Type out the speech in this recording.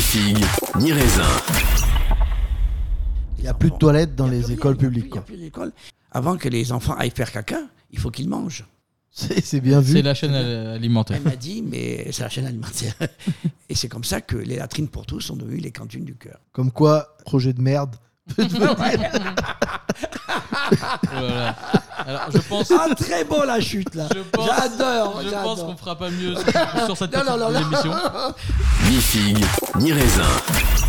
figue, ni raisin. Il n'y a plus de toilettes dans Il y a les plus rien, écoles il y a plus- il publiques. y a quoi. plus d'école. Avant que les enfants aillent faire caca, il faut qu'ils mangent. C'est c'est bien vu. C'est la chaîne euh, alimentaire. Elle m'a dit, mais c'est la chaîne alimentaire. Et c'est comme ça que les latrines pour tous sont devenues les cantines du cœur. Comme quoi, projet de merde. Oh là là. Alors, je pense, Ah, très beau la chute là. Je pense- J'adore. je j'adore. pense qu'on fera pas mieux sur, sur cette Non, non, non, petite émission. Ni figue, ni raisin.